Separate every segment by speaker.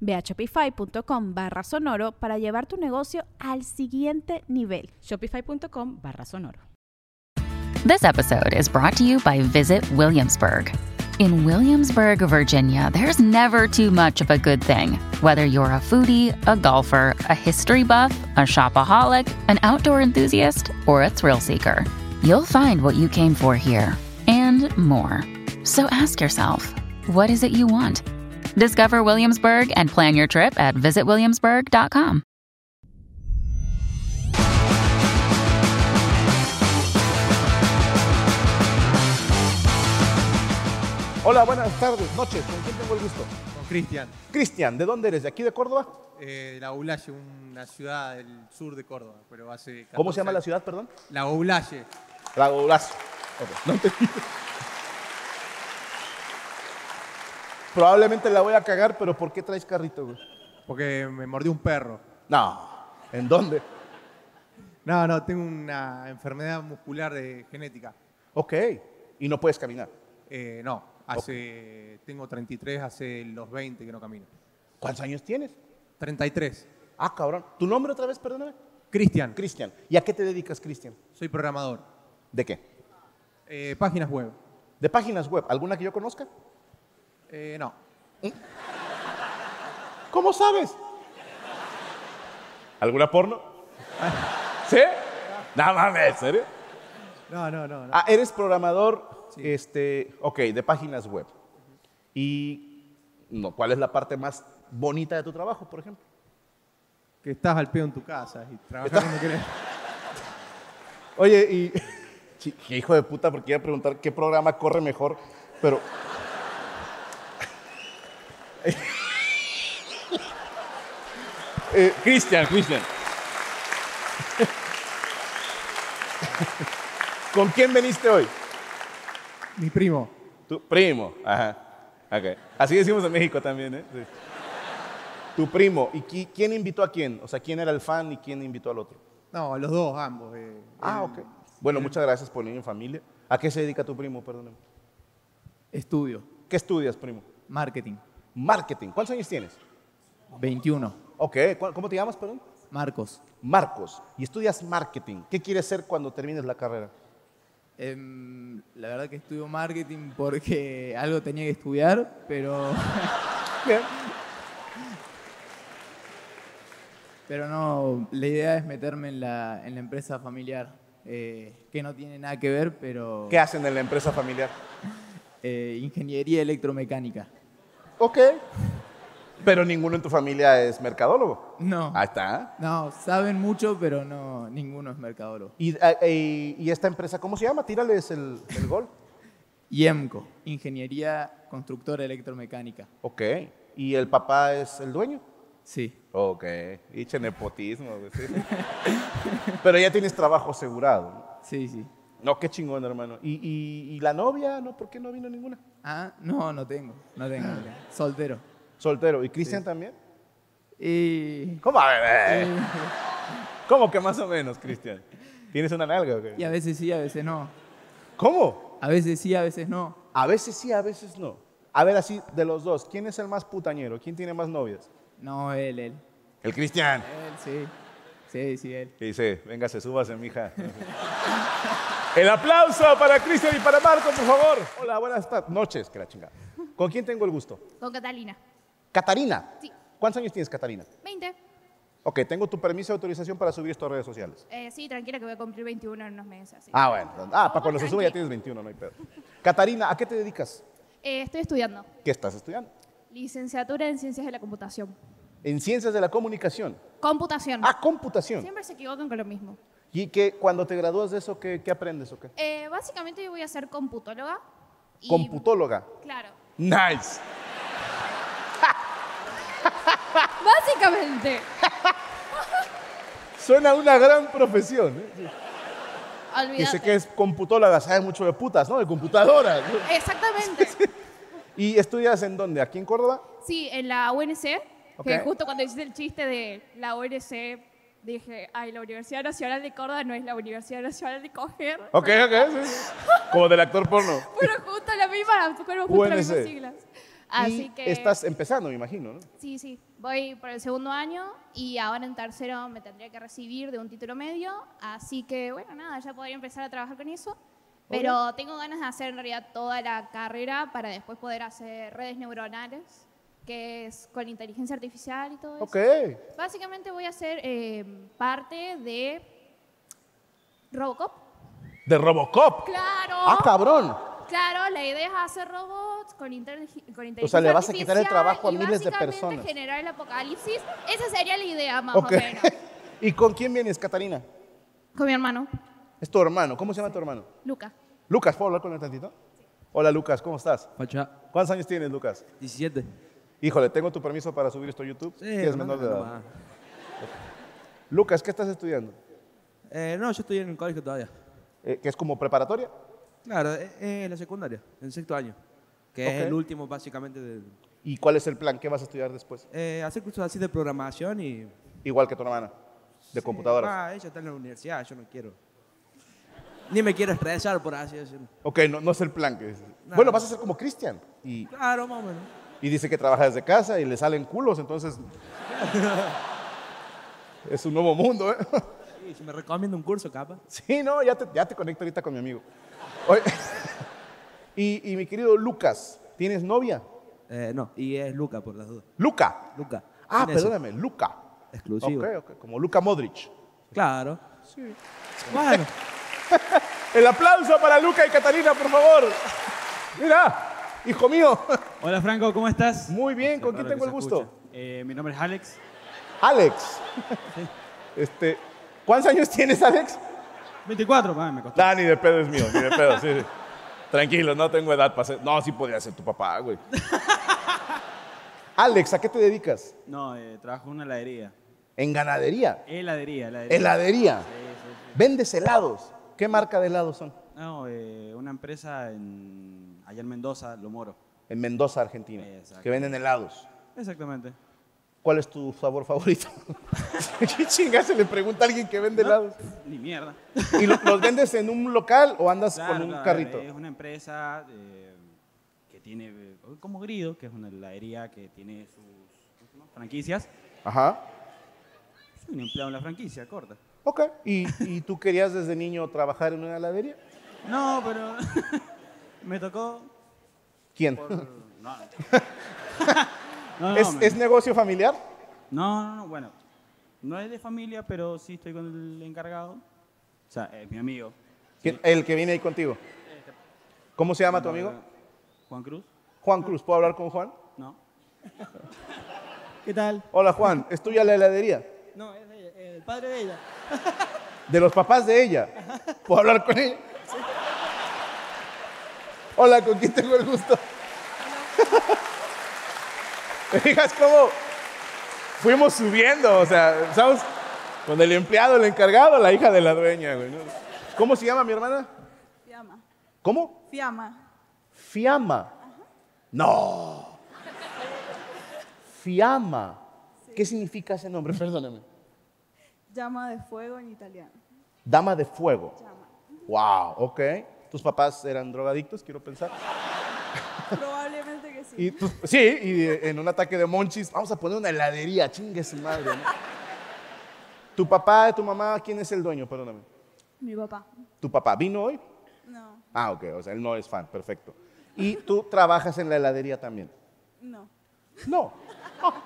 Speaker 1: Ve a shopify.com barra sonoro para llevar tu negocio al siguiente nivel.
Speaker 2: Shopify.com barra sonoro.
Speaker 3: This episode is brought to you by Visit Williamsburg. In Williamsburg, Virginia, there's never too much of a good thing. Whether you're a foodie, a golfer, a history buff, a shopaholic, an outdoor enthusiast, or a thrill seeker, you'll find what you came for here and more. So ask yourself, what is it you want? Discover Williamsburg and plan your trip at visitwilliamsburg.com.
Speaker 4: Hola, buenas tardes, noches. ¿Con quién tengo el gusto?
Speaker 5: Con Cristian,
Speaker 4: Cristian, ¿de dónde eres? ¿De aquí de Córdoba?
Speaker 5: eh, la Oulaye, una ciudad del sur de Córdoba, pero hace. 14
Speaker 4: ¿Cómo se llama la
Speaker 5: años.
Speaker 4: ciudad, perdón?
Speaker 5: La Oulaye.
Speaker 4: Dragoblazo. Ok, No te Probablemente la voy a cagar, pero ¿por qué traes carrito, güey?
Speaker 5: porque me mordió un perro.
Speaker 4: No. ¿En dónde?
Speaker 5: No, no, tengo una enfermedad muscular de genética.
Speaker 4: Ok. Y no puedes caminar.
Speaker 5: Eh, no, hace. Tengo 33, hace los 20 que no camino.
Speaker 4: ¿Cuántos años tienes?
Speaker 5: 33.
Speaker 4: Ah, cabrón. ¿Tu nombre otra vez, perdóname?
Speaker 5: Cristian,
Speaker 4: Cristian. ¿Y a qué te dedicas, Cristian?
Speaker 5: soy programador.
Speaker 4: ¿De qué?
Speaker 5: Eh, páginas web.
Speaker 4: ¿De páginas web? ¿Alguna que yo conozca?
Speaker 5: Eh, no,
Speaker 4: ¿Cómo sabes? ¿Alguna porno? ¿Sí? No mames, ¿en serio?
Speaker 5: no, no, no. no.
Speaker 4: Ah, eres programador,
Speaker 5: Sí.
Speaker 4: este, ok, de páginas web. Y, no, ¿cuál es la parte más bonita de tu trabajo, por ejemplo?
Speaker 5: Que estás al pedo en tu casa y trabajas cuando querés.
Speaker 4: Oye, y, sí, qué hijo de puta, porque iba a preguntar qué programa corre mejor, pero... Eh, Cristian, Cristian. ¿Con quién veniste hoy?
Speaker 5: Mi primo.
Speaker 4: Tu primo, ajá. Ok. Así decimos en México también, ¿eh? Sí. Tu primo. ¿Y qui- quién invitó a quién? O sea, ¿quién era el fan y quién invitó al otro?
Speaker 5: No, los dos, ambos. eh,
Speaker 4: Ah,
Speaker 5: él
Speaker 4: ok. Bueno, muchas gracias por venir en familia. ¿A qué se dedica tu primo? Perdóname.
Speaker 6: Estudio,
Speaker 4: ¿Qué estudias, primo?
Speaker 6: marketing,
Speaker 4: Marketing. ¿Cuántos años tienes?
Speaker 6: 21,
Speaker 4: Ok. ¿cu- ¿Cómo te llamas, perdón?
Speaker 6: Marcos.
Speaker 4: Marcos. Y estudias marketing. ¿Qué quieres ser cuando termines la carrera?
Speaker 6: Em, la verdad que estudio marketing porque algo tenía que estudiar, pero,
Speaker 4: Bien.
Speaker 6: pero no, la idea es meterme en la, en la empresa familiar, eh, que no tiene nada que ver, pero
Speaker 4: ¿Qué hacen en la empresa familiar?
Speaker 6: eh, ingeniería electromecánica.
Speaker 4: Ok. Pero ninguno en tu familia es mercadólogo.
Speaker 6: No,
Speaker 4: Ahí está.
Speaker 6: no, saben mucho, pero no, ninguno es mercadólogo.
Speaker 4: ¿Y, a- y- y esta empresa cómo se llama? Tírales el, el gol.
Speaker 6: IEMCO, Ingeniería Constructora Electromecánica.
Speaker 4: Ok. ¿Y el papá es el dueño?
Speaker 6: Sí,
Speaker 4: Ok. Dicho nepotismo. güey, sí. Pero ya tienes trabajo asegurado. ¿no?
Speaker 6: sí, sí.
Speaker 4: No, qué chingón, hermano. ¿Y, y- y la novia? No, ¿por qué no vino ninguna?
Speaker 6: Ah, no, no tengo, no tengo. no tengo. Soltero.
Speaker 4: Soltero. ¿Y Cristian también?
Speaker 6: Y,
Speaker 4: ¿Cómo? A ver, eh. ¿Cómo que más o menos, Cristian? ¿Tienes una nalga o qué?
Speaker 6: y a veces sí, a veces no.
Speaker 4: ¿Cómo?
Speaker 6: A veces sí, a veces no.
Speaker 4: A veces sí, a veces no. A ver, así, de los dos, ¿quién es el más putañero? ¿Quién tiene más novias?
Speaker 6: No, él, él.
Speaker 4: El Cristian.
Speaker 6: Él, sí. Sí, sí, él.
Speaker 4: Y dice, véngase, súbase, mija. el aplauso para Cristian y para Marco, por favor. Hola, buenas tardes. Noches, que la chingada. ¿Con quién tengo el gusto?
Speaker 7: Con Catalina.
Speaker 4: Catarina.
Speaker 7: Sí.
Speaker 4: ¿Cuántos años tienes, Catarina?
Speaker 7: 20.
Speaker 4: Ok, Ok, tengo tu permiso de autorización para subir esto a redes sociales.
Speaker 7: Eh, sí, tranquila que voy a cumplir 21 en unos meses. así.
Speaker 4: Ah, bueno. Ah, para cuando se suba ya
Speaker 7: Tranqui.
Speaker 4: tienes 21, no hay pedo. Catarina, ¿a qué te dedicas?
Speaker 7: Eh, estoy estudiando
Speaker 4: ¿Qué estás estudiando?
Speaker 7: licenciatura en ciencias de la computación.
Speaker 4: En ciencias de la comunicación.
Speaker 7: Computación.
Speaker 4: Ah, computación.
Speaker 7: Siempre se equivocan con lo mismo.
Speaker 4: ¿Y que cuando te gradúas de eso, qué, qué aprendes o qué?
Speaker 7: Eh, básicamente yo voy a ser computóloga. y-
Speaker 4: Computóloga.
Speaker 7: Claro.
Speaker 4: Nice.
Speaker 7: Básicamente.
Speaker 4: Suena una gran profesión. ¿eh? Que sé
Speaker 7: Olvídate.
Speaker 4: que es computóloga, sabes mucho de putas, ¿no? De computadoras. ¿no?
Speaker 7: Exactamente.
Speaker 4: ¿Y estudias en dónde? ¿Aquí en Córdoba?
Speaker 7: Sí, en la UNC, que
Speaker 4: Ok.
Speaker 7: justo cuando hiciste el chiste de la UNC, dije, ay, la Universidad Nacional de Córdoba no es la Universidad Nacional de Coger.
Speaker 4: Ok, ok. sí, sí. Como del actor porno.
Speaker 7: Pero justo la misma, fueron justo las
Speaker 4: UNC.
Speaker 7: mismas siglas. Así
Speaker 4: y
Speaker 7: que. Pues
Speaker 4: estás empezando, me imagino, ¿no?
Speaker 7: Sí, sí. Voy por el segundo año y ahora en tercero me tendría que recibir de un título medio. Así que, bueno, nada, ya podría empezar a trabajar con eso. Pero tengo ganas de hacer en realidad toda la carrera para después poder hacer redes neuronales, que es con inteligencia artificial y todo eso.
Speaker 4: Ok.
Speaker 7: Básicamente voy a ser eh, parte de Robocop.
Speaker 4: De Robocop.
Speaker 7: Claro.
Speaker 4: Ah, cabrón.
Speaker 7: Claro, la idea es hacer robots con, intergi- con inteligencia
Speaker 4: O sea, le vas a quitar el
Speaker 7: artificial
Speaker 4: trabajo a
Speaker 7: y
Speaker 4: miles de
Speaker 7: básicamente
Speaker 4: personas.
Speaker 7: generar el apocalipsis. Esa sería la idea, más
Speaker 4: Ok.
Speaker 7: o menos.
Speaker 4: ¿Y con quién vienes, Catarina?
Speaker 7: Con mi hermano,
Speaker 4: Es tu hermano. ¿Cómo se llama tu hermano?
Speaker 7: Luca.
Speaker 4: Lucas, ¿puedo hablar con él tantito? Hola, Lucas, ¿cómo estás?
Speaker 8: Pachá,
Speaker 4: ¿Cuántos años tienes, Lucas?
Speaker 8: 17.
Speaker 4: Híjole, ¿tengo tu permiso para subir esto a YouTube?
Speaker 8: Sí,
Speaker 4: es menor de edad. Lucas, ¿qué estás estudiando?
Speaker 8: Eh, no, yo estoy en el colegio todavía.
Speaker 4: Eh, ¿Que es como preparatoria?
Speaker 8: Claro, eh, eh, en la secundaria, en sexto año. Que es
Speaker 4: Ok.
Speaker 8: el último, básicamente, de
Speaker 4: ¿Y cuál es el plan? ¿Qué vas a estudiar después?
Speaker 8: eh, hacer cursos así de programación y...
Speaker 4: Igual que tu hermana, de
Speaker 8: Sí,
Speaker 4: computadoras.
Speaker 8: Ah, ella está en la universidad, yo no quiero. Ni me quiero estresar, por así decirlo.
Speaker 4: Ok, no, no es el plan. que dices.
Speaker 8: No.
Speaker 4: Bueno, vas a ser como Cristian. Y,
Speaker 8: Claro, más o menos.
Speaker 4: y dice que trabaja desde casa y le salen culos, entonces... es un nuevo mundo, ¿eh?
Speaker 8: Sí, si me recomienda un curso, capaz.
Speaker 4: Sí, no, ya te, ya te conecto ahorita con mi amigo. Oye, y, y mi querido Lucas, ¿tienes novia?
Speaker 8: Eh, no, y es Luca, por las dudas.
Speaker 4: Luca.
Speaker 8: Luca.
Speaker 4: Ah,
Speaker 8: sin ese.
Speaker 4: perdóname, Luca.
Speaker 8: Exclusivo.
Speaker 4: Ok, ok, como Luca Modric.
Speaker 8: Claro. Sí. Bueno,
Speaker 4: El aplauso para Luca y Catalina, por favor. Mira, hijo mío.
Speaker 9: Hola Franco, ¿cómo estás?
Speaker 4: Muy bien, ¿con quién
Speaker 9: Raro que
Speaker 4: tengo el
Speaker 9: se
Speaker 4: gusto?
Speaker 9: escuche. Eh, mi nombre es Alex,
Speaker 4: Alex. Este, ¿Cuántos años tienes, Alex?
Speaker 9: 24, ah, me costó.
Speaker 4: Ah, ni de pedo es mío, ni de pedo, sí, sí. Tranquilo, no tengo edad para ser. No, sí podría ser tu papá, güey. Alex, ¿a qué te dedicas?
Speaker 9: No, eh, trabajo en una heladería.
Speaker 4: En ganadería.
Speaker 9: Heladería, heladería.
Speaker 4: Heladería.
Speaker 9: Sí, sí,
Speaker 4: Vendes helados. ¿Qué marca de helados son?
Speaker 9: sí. No, eh, una empresa en, allá en Mendoza, Lo Moro.
Speaker 4: En Mendoza, Argentina.
Speaker 9: Exacto.
Speaker 4: Que venden helados.
Speaker 9: Exactamente.
Speaker 4: ¿Cuál es tu sabor favorito? ¿Qué chingas se le pregunta a alguien que vende helados?
Speaker 9: Ni mierda.
Speaker 4: ¿Y lo- los vendes en un local o andas
Speaker 9: Claro,
Speaker 4: con un
Speaker 9: claro,
Speaker 4: carrito?
Speaker 9: Es una empresa eh, que tiene, eh, como Grido, que es una heladería que tiene sus ¿cómo se llama? franquicias.
Speaker 4: Ajá.
Speaker 9: Soy un empleado en la franquicia, corta.
Speaker 4: Ok. ¿Y, y tú querías desde niño trabajar en una heladería?
Speaker 9: No, pero me tocó...
Speaker 4: ¿Quién?
Speaker 9: No, no, no,
Speaker 4: ¿Es,
Speaker 9: me-
Speaker 4: es negocio familiar?
Speaker 9: No, no, no, bueno. No es de familia, pero sí estoy con el encargado. O sea, es mi amigo.
Speaker 4: ¿Quién- El que viene ahí contigo.
Speaker 9: Eh,
Speaker 4: ¿Cómo se llama tu amigo?
Speaker 9: Juan Cruz.
Speaker 4: Juan Cruz. ¿Puedo hablar con Juan?
Speaker 9: No. ¿Qué tal?
Speaker 4: Hola, Juan. ¿Es tuya la heladería?
Speaker 9: No, es el padre de ella.
Speaker 4: De los papás de ella. ¿Puedo hablar con ella? Hola, ¿con quién tengo el gusto? ¿Te fijas cómo fuimos subiendo? O sea, estamos con el empleado, el encargado, la hija de la dueña, güey. ¿no? ¿Cómo se llama mi hermana? Fiamma. ¿Cómo? Fiamma. Fiamma. No. Fiamma. ¿Qué significa ese nombre? Perdóname.
Speaker 10: Llama de fuego en italiano.
Speaker 4: Dama de Fuego. Wow, ok. Tus papás eran drogadictos, quiero pensar.
Speaker 10: Probablemente que sí.
Speaker 4: Y tus- sí, y eh, en un ataque de monchis, vamos a poner una heladería, chingue su madre. ¿no? tu papá, tu mamá, ¿quién es el dueño? Perdóname.
Speaker 10: Mi papá.
Speaker 4: ¿Tu papá vino hoy?
Speaker 10: No,
Speaker 4: Ah, ok, o sea, él no es fan, perfecto. ¿Y tú trabajas en la heladería también?
Speaker 10: no.
Speaker 4: No. Ah.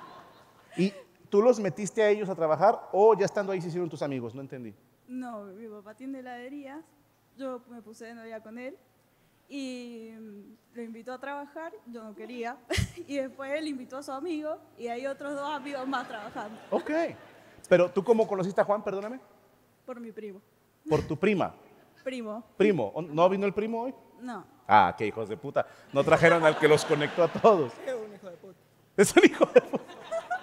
Speaker 4: ¿Y ¿Tú los metiste a ellos a trabajar o ya estando ahí se hicieron tus amigos? No entendí.
Speaker 10: No, mi papá tiene heladerías. Yo me puse de novia con él y mm, lo invitó a trabajar. Yo no quería. y después él invitó a su amigo y hay otros dos amigos más trabajando
Speaker 4: Ok. Pero tú cómo conociste a Juan, perdóname?
Speaker 10: por mi primo.
Speaker 4: Por tu prima.
Speaker 10: Primo,
Speaker 4: Primo. ¿O- ¿No vino el primo hoy?
Speaker 10: no.
Speaker 4: Ah, qué hijos de puta. No trajeron al que los conectó a todos. Es un hijo de puta.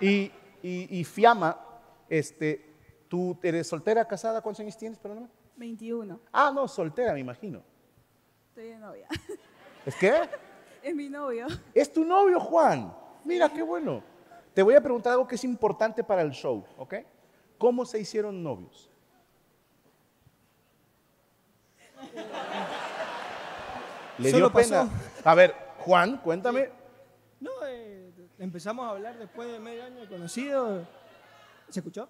Speaker 4: Y, y, y Fiamma, este, ¿tú eres soltera, casada? ¿Cuántos años tienes, perdóname?
Speaker 10: 21.
Speaker 4: Ah, no, soltera, me imagino.
Speaker 10: Estoy de novia.
Speaker 4: ¿Es qué?
Speaker 10: es mi novio.
Speaker 4: Es tu novio, Juan. Mira, qué bueno. Te voy a preguntar algo que es importante para el show, ¿ok? ¿Cómo se hicieron novios? Le
Speaker 8: Solo
Speaker 4: dio pena. A ver, Juan, cuéntame.
Speaker 8: No, eh, empezamos a hablar después de medio año de conocido. ¿Se escuchó?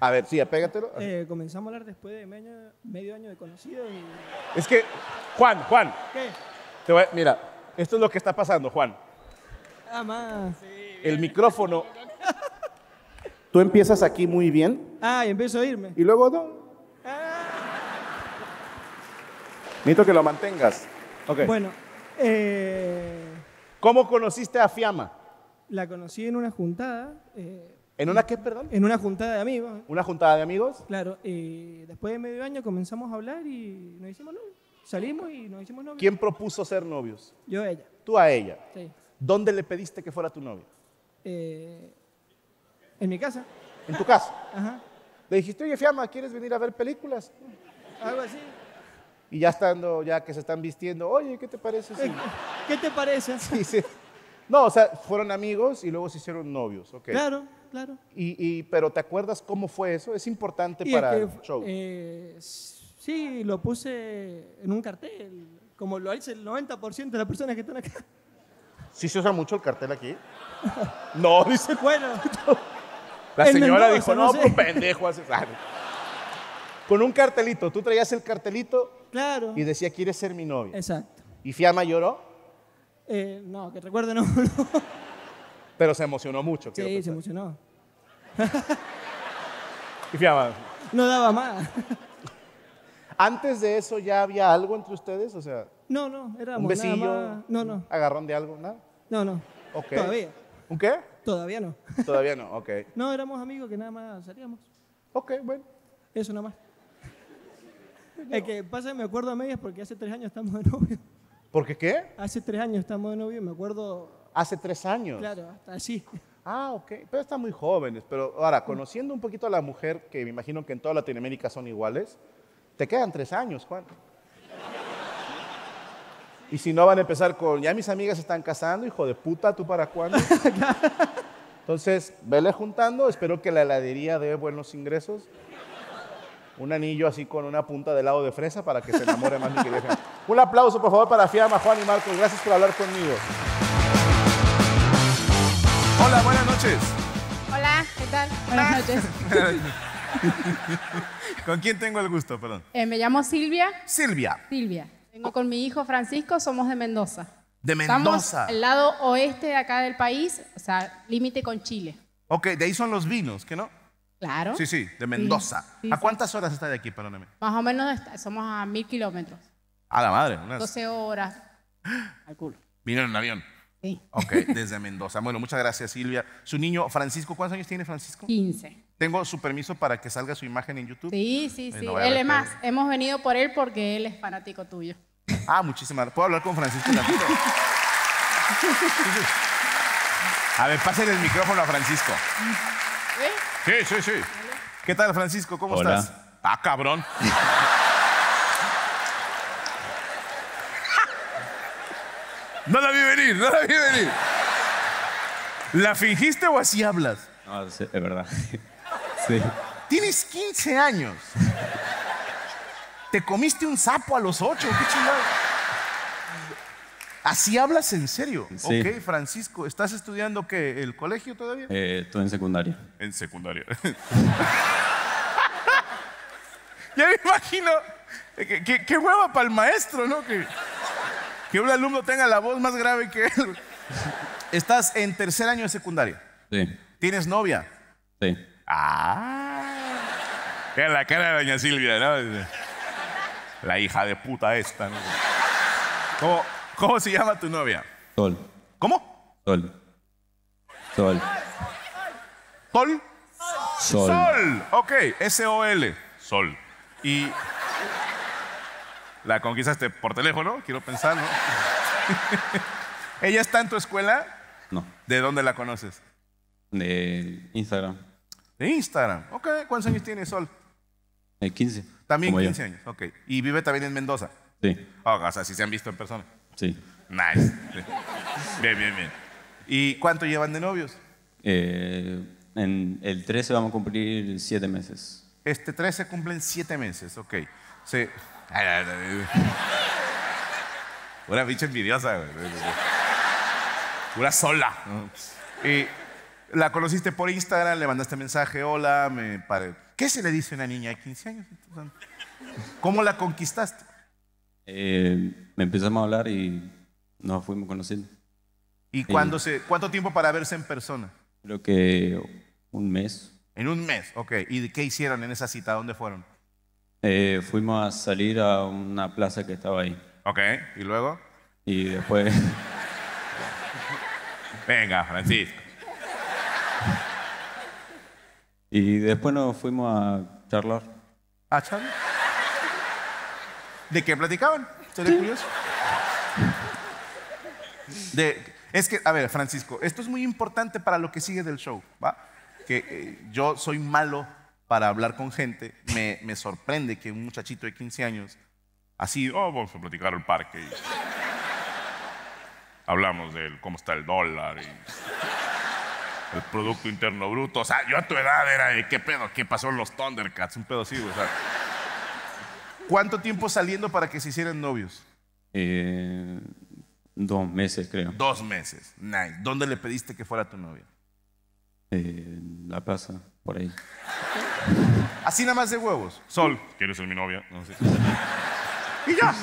Speaker 4: A ver, sí, apégatelo.
Speaker 8: Eh, comenzamos a hablar después de medio, medio año de conocido y...
Speaker 4: Es que, Juan, Juan,
Speaker 8: ¿Qué?
Speaker 4: te voy a- mira, esto es lo que está pasando, Juan.
Speaker 8: Ah, más.
Speaker 4: El micrófono. Tú empiezas aquí muy bien
Speaker 8: Ah, y empiezo a irme.
Speaker 4: y luego no. Necesito que lo mantengas. Ok.
Speaker 8: Bueno, eh,
Speaker 4: ¿Cómo conociste a Fiamma?
Speaker 8: la conocí en una juntada. eh,
Speaker 4: ¿En una qué, perdón?
Speaker 8: En una juntada de amigos.
Speaker 4: ¿Una juntada de amigos?
Speaker 8: Claro, y después de medio año comenzamos a hablar y nos hicimos novios. Salimos y nos hicimos novios.
Speaker 4: ¿Quién propuso ser novios?
Speaker 8: Yo a ella.
Speaker 4: Tú a ella.
Speaker 8: Sí.
Speaker 4: ¿Dónde le pediste que fuera tu novia?
Speaker 8: Eh, en mi casa.
Speaker 4: En tu casa.
Speaker 8: Ajá.
Speaker 4: Le dijiste, oye, Fiamma, ¿quieres venir a ver películas?
Speaker 8: Algo así.
Speaker 4: Y ya estando, ya que se están vistiendo, oye, ¿qué te parece? si-"
Speaker 8: ¿Qué te parece?
Speaker 4: Sí, sí. No, o sea, fueron amigos y luego se hicieron novios, ¿ok?
Speaker 8: Claro, claro.
Speaker 4: Y, y- pero ¿te acuerdas cómo fue eso? Es importante
Speaker 8: Y es
Speaker 4: para
Speaker 8: que,
Speaker 4: el show.
Speaker 8: eh, sí, lo puse en un cartel, como lo hace el 90% de las personas que están acá.
Speaker 4: ¿Sí se usa mucho el cartel aquí? No, dice.
Speaker 8: Bueno.
Speaker 4: La
Speaker 8: en
Speaker 4: señora
Speaker 8: Mendoza,
Speaker 4: dijo,
Speaker 8: no
Speaker 4: no,
Speaker 8: sé".
Speaker 4: pues pendejo. haces". Ah, no. Con un cartelito, tú traías el cartelito
Speaker 8: Claro.
Speaker 4: y decía, ¿quieres ser mi novia?
Speaker 8: Exacto.
Speaker 4: Y Fiamma lloró,
Speaker 8: Eh, no, que recuerde, no.
Speaker 4: pues,
Speaker 8: no.
Speaker 4: pero se emocionó mucho. quiero
Speaker 8: Sí, se
Speaker 4: pensar.
Speaker 8: emocionó.
Speaker 4: Y Fiamma,
Speaker 8: No daba más.
Speaker 4: ¿antes de eso ya había algo entre ustedes? O sea,
Speaker 8: No, no, éramos
Speaker 4: un besillo,
Speaker 8: nada más. No, no,
Speaker 4: un agarrón de algo, nada.
Speaker 8: no, no.
Speaker 4: Ok.
Speaker 8: Todavía.
Speaker 4: ¿Un qué?
Speaker 8: Todavía no.
Speaker 4: Todavía no, ok.
Speaker 8: No, éramos amigos que nada más salíamos.
Speaker 4: Ok, bueno.
Speaker 8: Eso nada más. Es que pasa que me acuerdo a medias porque hace tres años estamos de novio.
Speaker 4: ¿Por qué qué?
Speaker 8: Hace tres años estamos de novio y me acuerdo,
Speaker 4: Hace tres años.
Speaker 8: claro, hasta así.
Speaker 4: Ah, ok. Pero están muy jóvenes. Pero ahora, conociendo un poquito a la mujer, que me imagino que en toda Latinoamérica son iguales, te quedan tres años, Juan. Y si no, van a empezar con, ya mis amigas se están casando, hijo de puta, ¿tú para cuándo? Entonces, vele juntando, espero que la heladería dé buenos ingresos. Un anillo así con una punta de helado de fresa para que se enamore más mi querida. Fiamma. Un aplauso, por favor, para Fiamma, Juan y Marcos. Gracias por hablar conmigo. Hola, buenas noches.
Speaker 11: Hola, ¿qué tal? Buenas noches.
Speaker 12: ¿Con quién tengo el gusto? Perdón.
Speaker 11: Eh, me llamo Silvia.
Speaker 12: Silvia,
Speaker 11: Silvia. Vengo con mi hijo Francisco, somos de Mendoza.
Speaker 12: de
Speaker 11: Estamos
Speaker 12: Mendoza.
Speaker 11: al lado oeste de acá del país, o sea, límite con Chile.
Speaker 12: Ok, de ahí son los vinos, ¿qué no?
Speaker 11: Claro.
Speaker 12: Sí, sí, de Mendoza.
Speaker 11: sí,
Speaker 12: ¿A
Speaker 11: sí.
Speaker 12: cuántas horas está de aquí? Perdóname.
Speaker 11: Más o menos est- somos a mil kilómetros,
Speaker 12: A la madre, unas-
Speaker 11: 12 horas.
Speaker 12: Vinieron en avión.
Speaker 11: Sí.
Speaker 12: Ok, desde Mendoza. Bueno, muchas gracias, Silvia. Su niño, Francisco, ¿cuántos años tiene Francisco?
Speaker 11: 15.
Speaker 12: ¿Tengo su permiso para que salga su imagen en YouTube?
Speaker 11: Sí, sí, sí.
Speaker 12: Ay, no vaya a
Speaker 11: él
Speaker 12: ver
Speaker 11: es más,
Speaker 12: que-
Speaker 11: hemos venido por él porque él es fanático tuyo.
Speaker 12: Ah, muchísimas gracias. ¿Puedo hablar con Francisco? un ratito? A ver, pásenle el micrófono a Francisco.
Speaker 11: ¿Eh?
Speaker 12: Sí, sí, sí. ¿Qué tal, Francisco? ¿Cómo
Speaker 13: Hola.
Speaker 12: estás? Ah, cabrón. No la vi venir, no la vi venir. ¿La fingiste o así hablas?
Speaker 14: No, Ah, sí, es verdad. Sí.
Speaker 4: Tienes 15 años. Te comiste un sapo a los 8, qué chingado. Así hablas en serio.
Speaker 14: Sí.
Speaker 4: Ok, Francisco, ¿estás estudiando qué? ¿El colegio todavía?
Speaker 14: Eh, todo en secundaria.
Speaker 4: En secundaria. Ya me imagino. eh, que- que- Qué hueva para el maestro, ¿no? Que, que un alumno tenga la voz más grave que él. Estás en tercer año de secundaria.
Speaker 14: Sí,
Speaker 4: ¿Tienes novia?
Speaker 14: sí.
Speaker 4: Ah. Mira la cara de doña Silvia, ¿no? La hija de puta esta, ¿no? ¿Cómo, cómo se llama tu novia?
Speaker 14: Sol,
Speaker 4: ¿Cómo?
Speaker 14: sol. Sol,
Speaker 4: ¿Tol?
Speaker 14: Sol.
Speaker 4: Sol. Ok, S-O-L. Sol. Y. La conquistaste por teléfono, quiero pensar, ¿no? ¿Ella está en tu escuela?
Speaker 14: No.
Speaker 4: ¿De dónde la conoces?
Speaker 14: de Instagram.
Speaker 4: De Instagram. Ok, ¿cuántos años tiene Sol?
Speaker 14: El 15.
Speaker 4: También
Speaker 14: Eh, como yo.
Speaker 4: 15 años, ok. ¿Y vive también en Mendoza?
Speaker 14: Sí,
Speaker 4: Ah, o sea, si se han visto en persona.
Speaker 14: sí.
Speaker 4: Nice. Bien, bien, bien. ¿Y cuánto llevan de novios?
Speaker 14: Eh, en el 13 vamos a cumplir 7 meses.
Speaker 4: Este 13 cumplen 7 meses, ok. Se... Ay, ay, ay, ay. Una bicha envidiosa, güey. Una sola. ¿no? Y la conociste por Instagram, le mandaste mensaje, hola, me pare... ¿Qué se le dice a una niña de 15 años? ¿Cómo la conquistaste?
Speaker 14: Eh, me empezamos a hablar y nos fuimos conociendo.
Speaker 4: ¿Y cuándo se... cuánto tiempo para verse en persona?
Speaker 14: Creo que un mes.
Speaker 4: En un mes, ok. ¿Y de qué hicieron en esa cita? ¿A ¿Dónde fueron?
Speaker 14: Eh, fuimos a salir a una plaza que estaba ahí.
Speaker 4: Ok, ¿y luego?
Speaker 14: Y después,
Speaker 4: Venga, Francisco.
Speaker 14: y después nos fuimos a charlar.
Speaker 4: ¿A Charlie? ¿De qué platicaban? ¿Sería curioso? De- es que, a ver, Francisco, esto es muy importante para lo que sigue del show, ¿va? Que eh, yo soy malo para hablar con gente. Me, me sorprende que un muchachito de 15 años, así, oh, vamos a platicar al parque. y Hablamos de cómo está el dólar y el Producto Interno Bruto. O sea, yo a tu edad era de qué pedo, qué pasó en los Thundercats, un pedo así, güey, o sea. ¿Cuánto tiempo saliendo para que se hicieran novios?
Speaker 14: Eh, dos meses, creo.
Speaker 4: Dos meses. Nice. ¿Dónde le pediste que fuera tu novia?
Speaker 14: Eh, en la plaza, por ahí.
Speaker 4: Así nada más de huevos. Sol, ¿quieres ser mi novia? No, sí. Y ya.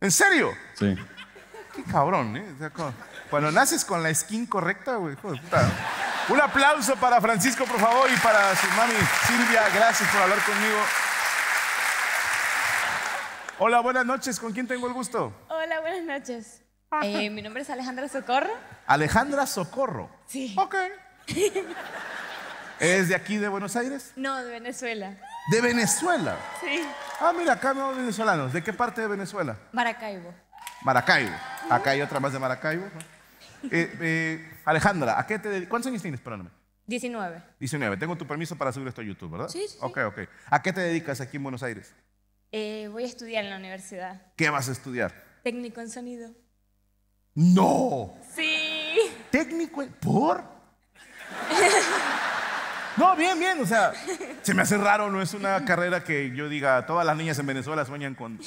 Speaker 4: ¿En serio?
Speaker 14: Sí.
Speaker 4: Qué cabrón, ¿eh? O sea, cu- cuando naces con la skin correcta, güey. hijo de puta. Un aplauso para Francisco, por favor, y para su mami Silvia. Gracias por hablar conmigo. Hola, buenas noches. ¿Con quién tengo el gusto?
Speaker 15: Hola, buenas noches. Eh, mi nombre es Alejandra Socorro.
Speaker 4: Alejandra Socorro.
Speaker 15: Sí.
Speaker 4: Ok. ¿Es de aquí, de Buenos Aires?
Speaker 15: no, de Venezuela.
Speaker 4: De Venezuela.
Speaker 15: Sí.
Speaker 4: Ah, mira, acá no venezolanos. ¿De qué parte de Venezuela?
Speaker 15: Maracaibo.
Speaker 4: Maracaibo. Acá hay otra más de Maracaibo. ¿no? Eh, eh, Alejandra, ¿a qué te dedicas? ¿Cuántos años tienes? Perdóname.
Speaker 15: 19.
Speaker 4: 19. Tengo tu permiso para subir esto a YouTube, ¿verdad?
Speaker 15: Sí, sí, sí.
Speaker 4: Ok, ok. ¿A qué te dedicas aquí en Buenos Aires?
Speaker 15: Eh, voy a estudiar en la universidad.
Speaker 4: ¿Qué vas a estudiar?
Speaker 15: Técnico en sonido.
Speaker 4: ¡No!
Speaker 15: Sí.
Speaker 4: ¿Técnico? en- ¿Por? No, bien, bien. O sea, se me hace raro. No es una carrera que yo diga, todas las niñas en Venezuela sueñan con,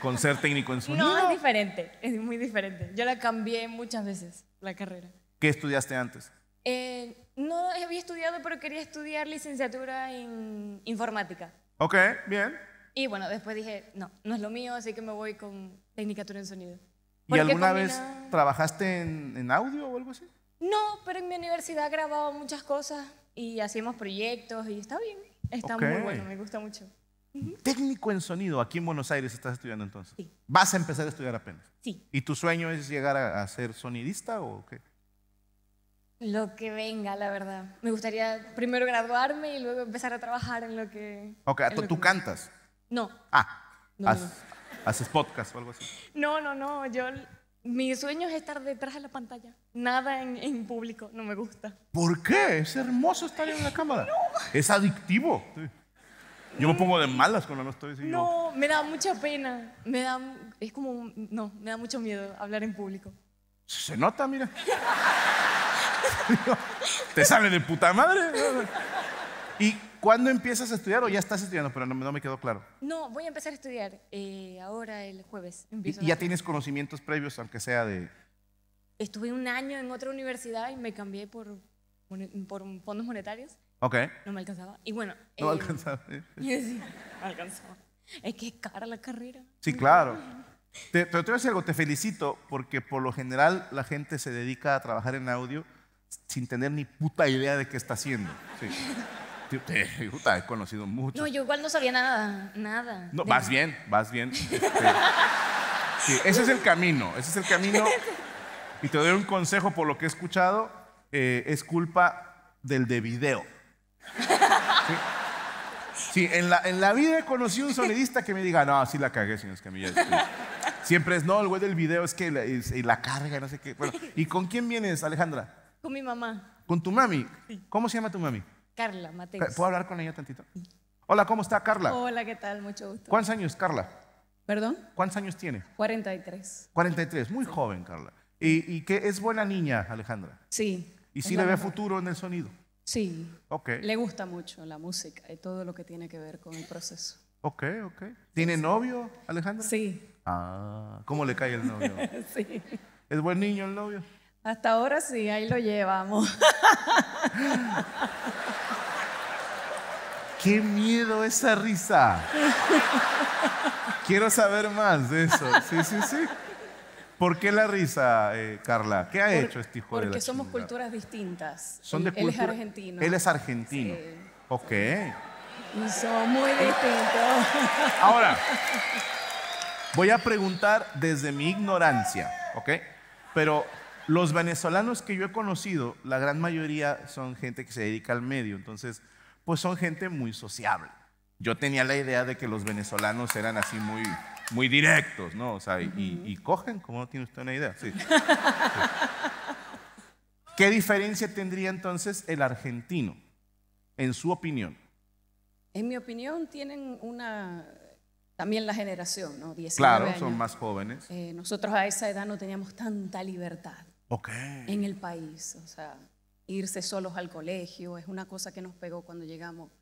Speaker 4: con ser técnico en sonido.
Speaker 15: No, es diferente. Es muy diferente. Yo la cambié muchas veces, la carrera.
Speaker 4: ¿Qué estudiaste antes?
Speaker 15: Eh, no había estudiado, pero quería estudiar licenciatura en informática.
Speaker 4: Ok, bien.
Speaker 15: Y bueno, después dije, no, no es lo mío, así que me voy con tecnicatura en sonido.
Speaker 4: ¿Y
Speaker 15: Porque
Speaker 4: alguna
Speaker 15: combina-
Speaker 4: vez trabajaste en, en audio o algo así?
Speaker 15: No, pero en mi universidad grababa muchas cosas y hacíamos proyectos y está bien. Está
Speaker 4: Ok.
Speaker 15: muy bueno, me gusta mucho.
Speaker 4: Técnico en sonido, aquí en Buenos Aires estás estudiando entonces. Vas a empezar a estudiar apenas.
Speaker 15: Sí.
Speaker 4: ¿Y tu sueño es llegar a, a ser sonidista o qué?
Speaker 15: Lo que venga, la verdad. Me gustaría primero graduarme y luego empezar a trabajar en lo que...
Speaker 4: Ok,
Speaker 15: en
Speaker 4: tú,
Speaker 15: lo
Speaker 4: tú
Speaker 15: que-
Speaker 4: cantas.
Speaker 15: No,
Speaker 4: Ah,
Speaker 15: No,
Speaker 4: haz-
Speaker 15: no.
Speaker 4: haces podcast o algo así.
Speaker 15: no, no, no. Yo, mi sueño es estar detrás de la pantalla. Nada en, en público, no me gusta.
Speaker 4: ¿Por qué? Es hermoso estar en la cámara. Es adictivo. Sí. Yo me pongo de malas cuando no estoy. así, yo-
Speaker 15: No, me da mucha pena. Me da... Es como... un- No, me da mucho miedo hablar en público.
Speaker 4: Se nota, mira. Te sale de puta madre. ¿Y cuándo empiezas a estudiar o ya estás estudiando? Pero no, me- no me quedó claro.
Speaker 15: No, voy a empezar a estudiar eh, ahora el jueves.
Speaker 4: Y,
Speaker 15: Empiezo la
Speaker 4: y ya
Speaker 15: carrera.
Speaker 4: tienes conocimientos previos, aunque sea de...
Speaker 15: Estuve un año en otra universidad y me cambié por, mone- por fondos monetarios.
Speaker 4: Ok.
Speaker 15: No me alcanzaba. Y bueno.
Speaker 4: No
Speaker 15: em,
Speaker 4: alcanzaba, ¿eh?
Speaker 15: sí, no alcanzaba. Es que es cara la carrera.
Speaker 4: Sí, claro. Te, pero te voy a decir algo, te felicito porque por lo general la gente se dedica a trabajar en audio sin tener ni puta idea de qué está haciendo. Sí. Sí, te- puta, he conocido mucho.
Speaker 15: No, yo igual no sabía nada, nada.
Speaker 4: No,
Speaker 15: De-
Speaker 4: vas bien, vas bien. Este, sí, ese es el camino, ese es el camino. Y te doy un consejo por lo que he escuchado, eh, es culpa del de video. Sí, Sí, en, la, en la vida he conocido un sonidista que me diga, no, sí la cagué, señor Escamilla. este". Siempre es, no, el güey del video es que la, es- y la carga, no sé qué. Bueno, ¿y con quién vienes, Alejandra?
Speaker 15: Con mi mamá,
Speaker 4: ¿Con tu mami? ¿Cómo se llama tu mami?
Speaker 15: Carla Mateos.
Speaker 4: ¿Puedo hablar con ella tantito? Hola, ¿cómo está Carla?
Speaker 16: Hola, ¿qué tal? Mucho gusto.
Speaker 4: ¿Cuántos años, Carla?
Speaker 16: ¿Perdón?
Speaker 4: ¿Cuántos años tiene?
Speaker 16: 43.
Speaker 4: 43, muy joven, Carla. Y, y que es buena niña, Alejandra.
Speaker 16: Sí.
Speaker 4: Y
Speaker 16: es
Speaker 4: sí
Speaker 16: la
Speaker 4: le ve
Speaker 16: mejor.
Speaker 4: futuro en el sonido.
Speaker 16: Sí.
Speaker 4: Ok.
Speaker 16: Le gusta mucho la música y todo lo que tiene que ver con el proceso.
Speaker 4: Ok, ok. ¿Tiene novio, Alejandra?
Speaker 16: Sí.
Speaker 4: Ah, ¿cómo le cae el novio?
Speaker 16: sí.
Speaker 4: ¿Es buen niño el novio?
Speaker 16: Hasta ahora sí, ahí lo llevamos.
Speaker 4: ¡Qué miedo esa risa! Quiero saber más de eso. Sí, sí, sí. ¿Por qué la risa, eh, Carla? ¿Qué ha
Speaker 16: Por-
Speaker 4: hecho este hijo de la
Speaker 16: Porque somos
Speaker 4: chingada?
Speaker 16: culturas distintas.
Speaker 4: Son de
Speaker 16: él, él es
Speaker 4: cultura-
Speaker 16: argentino.
Speaker 4: Él es argentino. Ok.
Speaker 16: Y son muy distintos.
Speaker 4: Ahora, voy a preguntar desde mi ignorancia, ¿ok? Pero los venezolanos que yo he conocido, la gran mayoría son gente que se dedica al medio, entonces, pues son gente muy sociable. Yo tenía la idea de que los venezolanos eran así muy, muy directos, ¿no? O sea, y, y- y cogen, como no tiene usted una idea. Sí. Sí. ¿Qué diferencia tendría entonces el argentino, en su opinión?
Speaker 16: En mi opinión, tienen una. También la generación, ¿no? 19
Speaker 4: Claro,
Speaker 16: años.
Speaker 4: son más jóvenes.
Speaker 16: Eh, nosotros a esa edad no teníamos tanta libertad
Speaker 4: Ok.
Speaker 16: en el país. O sea, irse solos al colegio es una cosa que nos pegó cuando llegamos.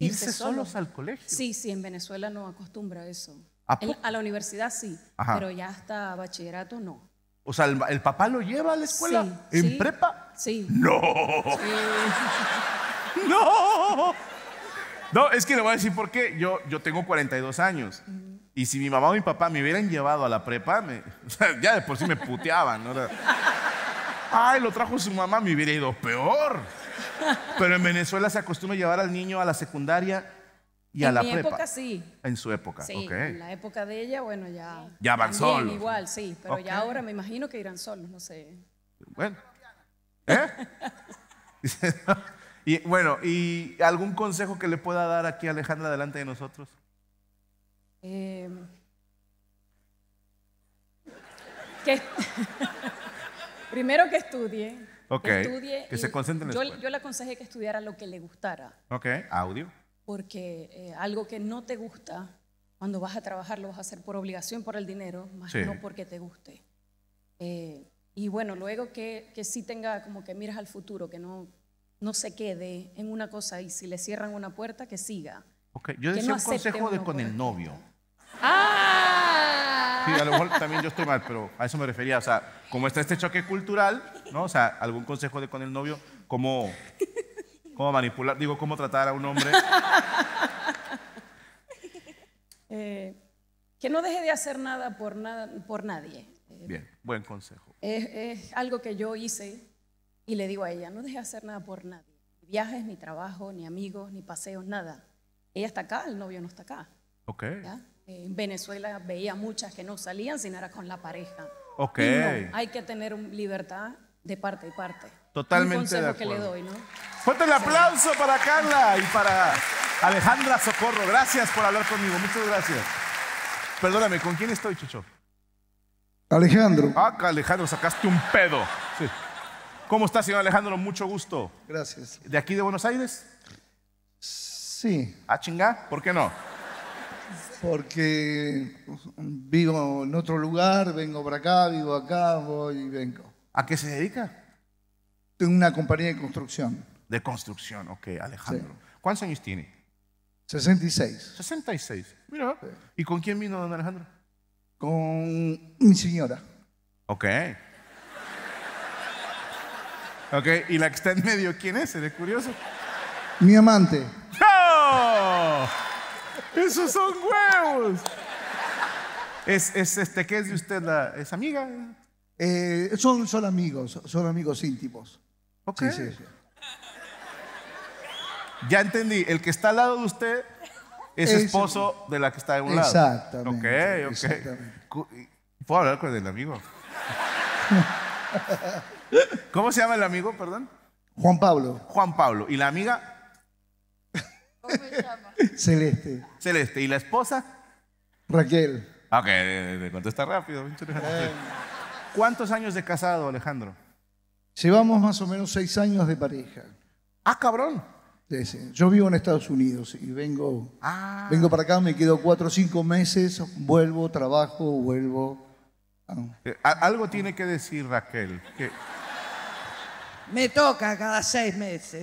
Speaker 4: Irse solos al colegio.
Speaker 16: Sí, sí, en Venezuela no acostumbra eso.
Speaker 4: ¿A
Speaker 16: En-
Speaker 4: poco?
Speaker 16: a la universidad sí,
Speaker 4: Ajá.
Speaker 16: pero ya hasta bachillerato no.
Speaker 4: O sea, el, el papá lo lleva a la escuela
Speaker 16: Sí,
Speaker 4: en
Speaker 16: sí.
Speaker 4: prepa.
Speaker 16: Sí.
Speaker 4: No. No. No, es que le voy a decir por qué. Yo, yo tengo 42 años. Y si mi mamá o mi papá me hubieran llevado a la prepa, me- o sea, ya de por sí me puteaban. ¿no? Era- Ay, lo trajo su mamá, me hubiera ido peor. Pero en Venezuela se acostumbra llevar al niño a la secundaria y a
Speaker 16: en
Speaker 4: la
Speaker 16: mi
Speaker 4: prepa.
Speaker 16: época sí.
Speaker 4: En su época,
Speaker 16: Sí,
Speaker 4: ok.
Speaker 16: en la época de ella, bueno, ya.
Speaker 4: Ya van
Speaker 16: también
Speaker 4: solos.
Speaker 16: Igual, sí, pero
Speaker 4: Ok.
Speaker 16: ya ahora me imagino que irán solos, no sé.
Speaker 4: Bueno. ¿Eh? y bueno, ¿y algún consejo que le pueda dar aquí Alejandra delante de nosotros?
Speaker 16: Eh, que- primero que estudie.
Speaker 4: Ok,
Speaker 16: Que, estudie
Speaker 4: que se concentre en la
Speaker 16: yo,
Speaker 4: escuela.
Speaker 16: yo le aconsejé que estudiara lo que le gustara,
Speaker 4: Ok, audio.
Speaker 16: porque eh, algo que no te gusta, cuando vas a trabajar lo vas a hacer por obligación, por el dinero, más
Speaker 4: Sí.
Speaker 16: no porque te guste. Eh, y bueno, luego que, que sí tenga como que miras al futuro, que no, no se quede en una cosa y si le cierran una puerta, que siga.
Speaker 4: Ok, yo
Speaker 16: Que
Speaker 4: decía
Speaker 16: no
Speaker 4: un
Speaker 16: acepte
Speaker 4: consejo de
Speaker 16: uno,
Speaker 4: con
Speaker 16: pues.
Speaker 4: el novio.
Speaker 16: ¡Ah!
Speaker 4: Sí, a lo mejor también yo estoy mal, pero a eso me refería. O sea, como está este choque cultural, ¿no? O sea, algún consejo de con el novio, cómo, cómo manipular, digo, cómo tratar a un hombre.
Speaker 16: Eh, que no deje de hacer nada por, nada, por nadie.
Speaker 4: Bien, buen consejo.
Speaker 16: Es, es algo que yo hice y le digo a ella, no deje de hacer nada por nadie. Ni viajes, ni trabajo, ni amigos, ni paseos, nada. Ella está acá, el novio no está acá.
Speaker 4: Ok.
Speaker 16: ¿ya? Eh, En Venezuela veía muchas que no salían si no era con la pareja.
Speaker 4: Ok.
Speaker 16: Y no, hay que tener un- libertad de parte y parte.
Speaker 4: Totalmente
Speaker 16: Un consejo
Speaker 4: de
Speaker 16: que le
Speaker 4: acuerdo.
Speaker 16: doy, ¿no?
Speaker 4: Fuerte el aplauso para Carla y para Alejandra Socorro. Gracias por hablar conmigo. Muchas gracias. Perdóname, ¿con quién estoy, Chucho?
Speaker 13: Alejandro.
Speaker 4: Ah, Alejandro, sacaste un pedo. Sí. ¿Cómo está, señor Alejandro? Mucho gusto.
Speaker 13: Gracias.
Speaker 4: ¿De aquí de Buenos Aires?
Speaker 13: Sí.
Speaker 4: Ah, chinga, ¿por qué no?
Speaker 13: Porque vivo en otro lugar, vengo para acá, vivo acá, voy y vengo.
Speaker 4: ¿A qué se dedica?
Speaker 13: Tengo una compañía de construcción,
Speaker 4: De construcción, ok, Alejandro. ¿Cuántos años tiene?
Speaker 13: 66,
Speaker 4: 66. Mira. ¿Y con quién vino don Alejandro?
Speaker 13: con mi señora.
Speaker 4: Ok. Ok, y la que está en medio, ¿quién es? ¿Eres curioso?
Speaker 13: Mi amante.
Speaker 4: ¡No! ¡Esos son huevos! Es, es este, ¿qué es de usted? La, ¿Es amiga?
Speaker 13: Eh, son, son amigos, son amigos íntimos.
Speaker 4: Ok.
Speaker 13: Sí, sí, sí.
Speaker 4: Ya entendí, el que está al lado de usted es
Speaker 13: Ese-
Speaker 4: esposo de la que está de un lado.
Speaker 13: Exactamente,
Speaker 4: Ok, ok.
Speaker 13: exactamente.
Speaker 4: Cu- ¿Puedo hablar con el amigo? ¿Cómo se llama el amigo, perdón?
Speaker 13: Juan Pablo,
Speaker 4: Juan Pablo. ¿Y la amiga?
Speaker 13: Celeste,
Speaker 4: Celeste. ¿Y la esposa?
Speaker 13: Raquel,
Speaker 4: Ah, Ok, eh, me contesta rápido. pinche
Speaker 13: Eh.
Speaker 4: Alejandro. ¿Cuántos años de casado, Alejandro?
Speaker 13: llevamos más o menos seis años de pareja.
Speaker 4: Ah, cabrón.
Speaker 13: Sí, sí. Yo vivo en Estados Unidos y vengo,
Speaker 17: Ah.
Speaker 13: vengo para acá, me quedo cuatro o cinco meses, vuelvo, trabajo, vuelvo.
Speaker 4: Eh, a- Algo tiene que decir Raquel. que-
Speaker 17: Me toca cada seis
Speaker 13: Uh.
Speaker 17: meses.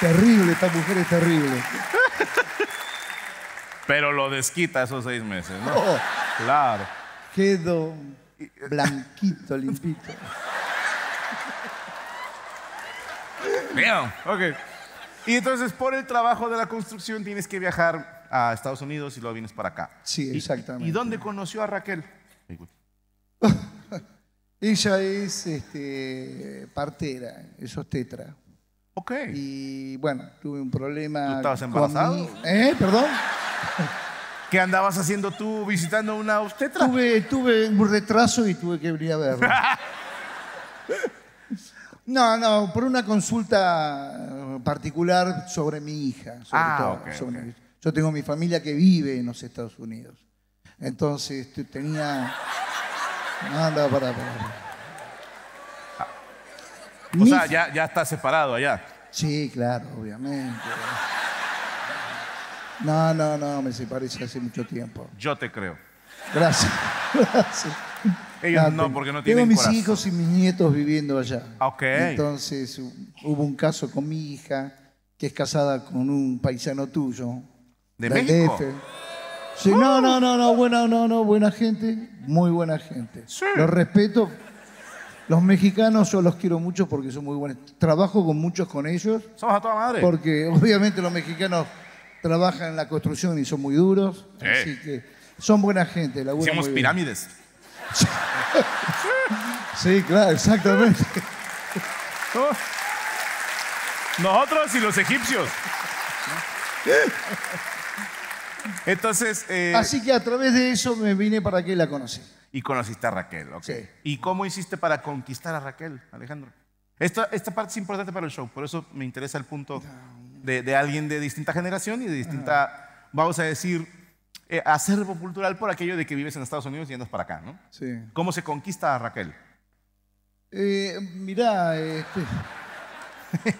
Speaker 13: Terrible, esta mujer es terrible.
Speaker 4: Pero lo desquita esos seis meses, ¿no?
Speaker 13: Oh.
Speaker 4: Claro.
Speaker 13: Quedo blanquito, limpito.
Speaker 4: Bien, ok. Y entonces, por el trabajo de la construcción, tienes que viajar a Estados Unidos y luego vienes para acá.
Speaker 13: Sí, exactamente.
Speaker 4: ¿Y dónde conoció a Raquel?
Speaker 13: Ella es este, partera, eso es tetra.
Speaker 4: Ok.
Speaker 13: Y bueno, tuve un problema.
Speaker 4: ¿Tú estabas
Speaker 13: con
Speaker 4: embarazado?
Speaker 13: mi- ¿Eh? ¿Perdón?
Speaker 4: ¿Qué andabas haciendo tú visitando una obstetra?
Speaker 13: Tuve, tuve un retraso y tuve que venir a verla. No, no, por una consulta eh, particular sobre mi hija. sobre
Speaker 4: Ah,
Speaker 13: todo,
Speaker 4: ok,
Speaker 13: sobre
Speaker 4: ok.
Speaker 13: mi- Yo tengo mi familia que vive en los Estados Unidos. Entonces este, tenía... No, no, pará, pará, pará.
Speaker 4: O sea, ya, ya estás separado allá.
Speaker 13: Sí, claro, obviamente. No, no, no, me separé hace mucho tiempo.
Speaker 4: Yo te creo.
Speaker 13: Gracias. Gracias.
Speaker 4: Ellos
Speaker 13: Ah,
Speaker 4: no,
Speaker 13: tengo-
Speaker 4: porque no
Speaker 13: Tengo
Speaker 4: tienen
Speaker 13: mis
Speaker 4: corazón.
Speaker 13: hijos y mis nietos viviendo allá.
Speaker 4: Ok.
Speaker 13: Entonces hu- hubo un caso con mi hija que es casada con un paisano tuyo.
Speaker 4: ¿De
Speaker 13: del
Speaker 4: México?
Speaker 13: DF. Sí, no, no, no, no, buena, no, no, buena gente, muy buena gente. Los respeto. Los mexicanos yo los quiero mucho porque son muy buenos. Trabajo con muchos con ellos.
Speaker 4: Somos a toda madre.
Speaker 13: Porque obviamente los mexicanos trabajan en la construcción y son muy duros.
Speaker 4: Sí.
Speaker 13: Así que son buena gente. laburan
Speaker 4: Hicimos
Speaker 13: muy bien.
Speaker 4: pirámides.
Speaker 13: Sí, claro, exactamente.
Speaker 4: Nosotros y los egipcios. Entonces, eh,
Speaker 13: Así que a través de eso me vine para que la conocí.
Speaker 4: y conociste a Raquel, ok. ¿Y cómo hiciste para conquistar a Raquel, Alejandro? Esta, esta parte es importante para el show, por eso me interesa el punto de, de alguien de distinta generación y de distinta, vamos a decir, eh, acervo cultural por aquello de que vives en Estados Unidos y andas para acá, ¿no?
Speaker 13: Sí.
Speaker 4: ¿Cómo se conquista a Raquel?
Speaker 13: Eh, mirá, este,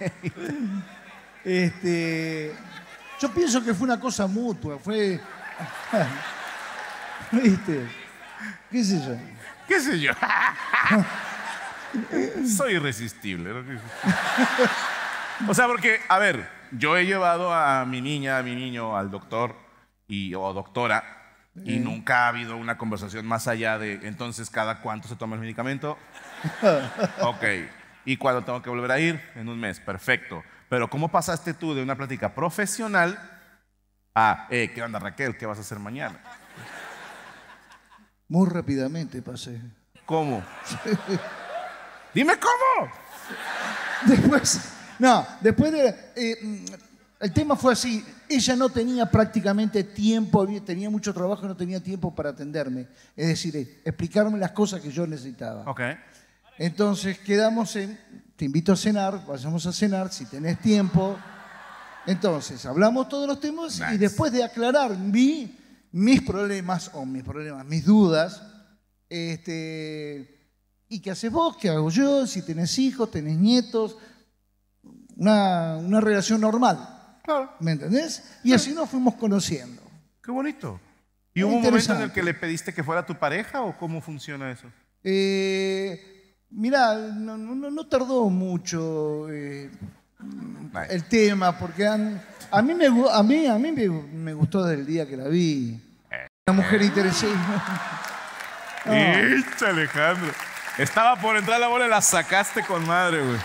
Speaker 13: este, yo pienso que fue una cosa mutua, fue, ¿viste? ¿Qué sé yo?
Speaker 4: ¿Qué sé yo? Soy irresistible. ¿no? O sea, porque, a ver, yo he llevado a mi niña, a mi niño, al doctor y, o doctora y
Speaker 13: Eh.
Speaker 4: nunca ha habido una conversación más allá de entonces cada cuánto se toma el medicamento. Ok. ¿Y cuándo tengo que volver a ir? En un mes. Perfecto. Pero ¿cómo pasaste tú de una plática profesional a, eh, ¿qué onda Raquel? ¿Qué vas a hacer mañana?
Speaker 13: Muy rápidamente pasé.
Speaker 4: ¿Cómo? Dime cómo.
Speaker 13: Después, no, después de, eh, mm, el tema fue así, ella no tenía prácticamente tiempo, había- tenía mucho trabajo, no tenía tiempo para atenderme, es decir, eh, explicarme las cosas que yo necesitaba.
Speaker 4: Ok.
Speaker 13: Entonces quedamos en, te invito a cenar, vayamos a cenar si tenés tiempo. Entonces, hablamos todos los temas y después de aclarar mi- mis problemas o mis problemas, mis dudas, este, ¿y qué haces vos? ¿Qué hago yo? Si tenés hijos, tenés nietos, una, una relación normal. ¿Me entendés? Y así nos fuimos conociendo.
Speaker 4: Qué bonito. ¿Y hubo un momento en el
Speaker 13: Interesante.
Speaker 4: que le pediste que fuera tu pareja o cómo funciona eso?
Speaker 13: Eh, mirá, no, no- no- no tardó mucho eh,
Speaker 4: Eh,
Speaker 13: el tema, porque han- a mí, me, gu- a mí, a mí me, me gustó desde el día que la vi. Una mujer interesante. No.
Speaker 4: ¡Echa, Alejandro! Estaba por entrar la bola y la sacaste con madre, güey.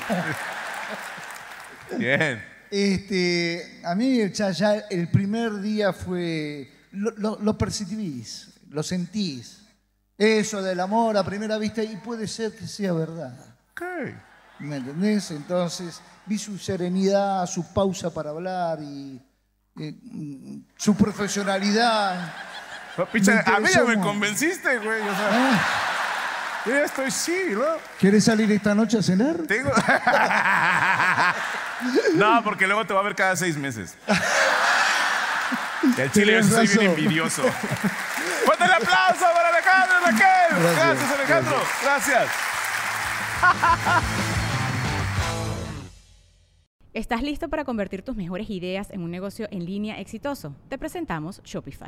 Speaker 4: Bien.
Speaker 13: Este, a mí ya, ya el primer día fue, lo, lo- lo percibís, lo sentís. Eso del amor a primera vista y puede ser que sea verdad. ¿Me entendés? Entonces vi su serenidad, su pausa para hablar y eh, mm, su profesionalidad.
Speaker 4: Picha, a mí ya
Speaker 13: interesó
Speaker 4: me
Speaker 13: mucho.
Speaker 4: convenciste, güey. o sea,
Speaker 13: Ah.
Speaker 4: Yo ya estoy sí, ¿no?
Speaker 13: ¿Querés salir esta noche a cenar?
Speaker 4: Tengo... No, porque luego te va a ver cada seis meses. El chile
Speaker 13: Tenés
Speaker 4: yo soy bien
Speaker 13: razón.
Speaker 4: envidioso. ¡Fuerte el aplauso para Alejandro y Raquel! Gracias,
Speaker 13: Gracias,
Speaker 4: Alejandro. Gracias.
Speaker 2: ¿Estás listo para convertir tus mejores ideas en un negocio en línea exitoso? Te presentamos Shopify.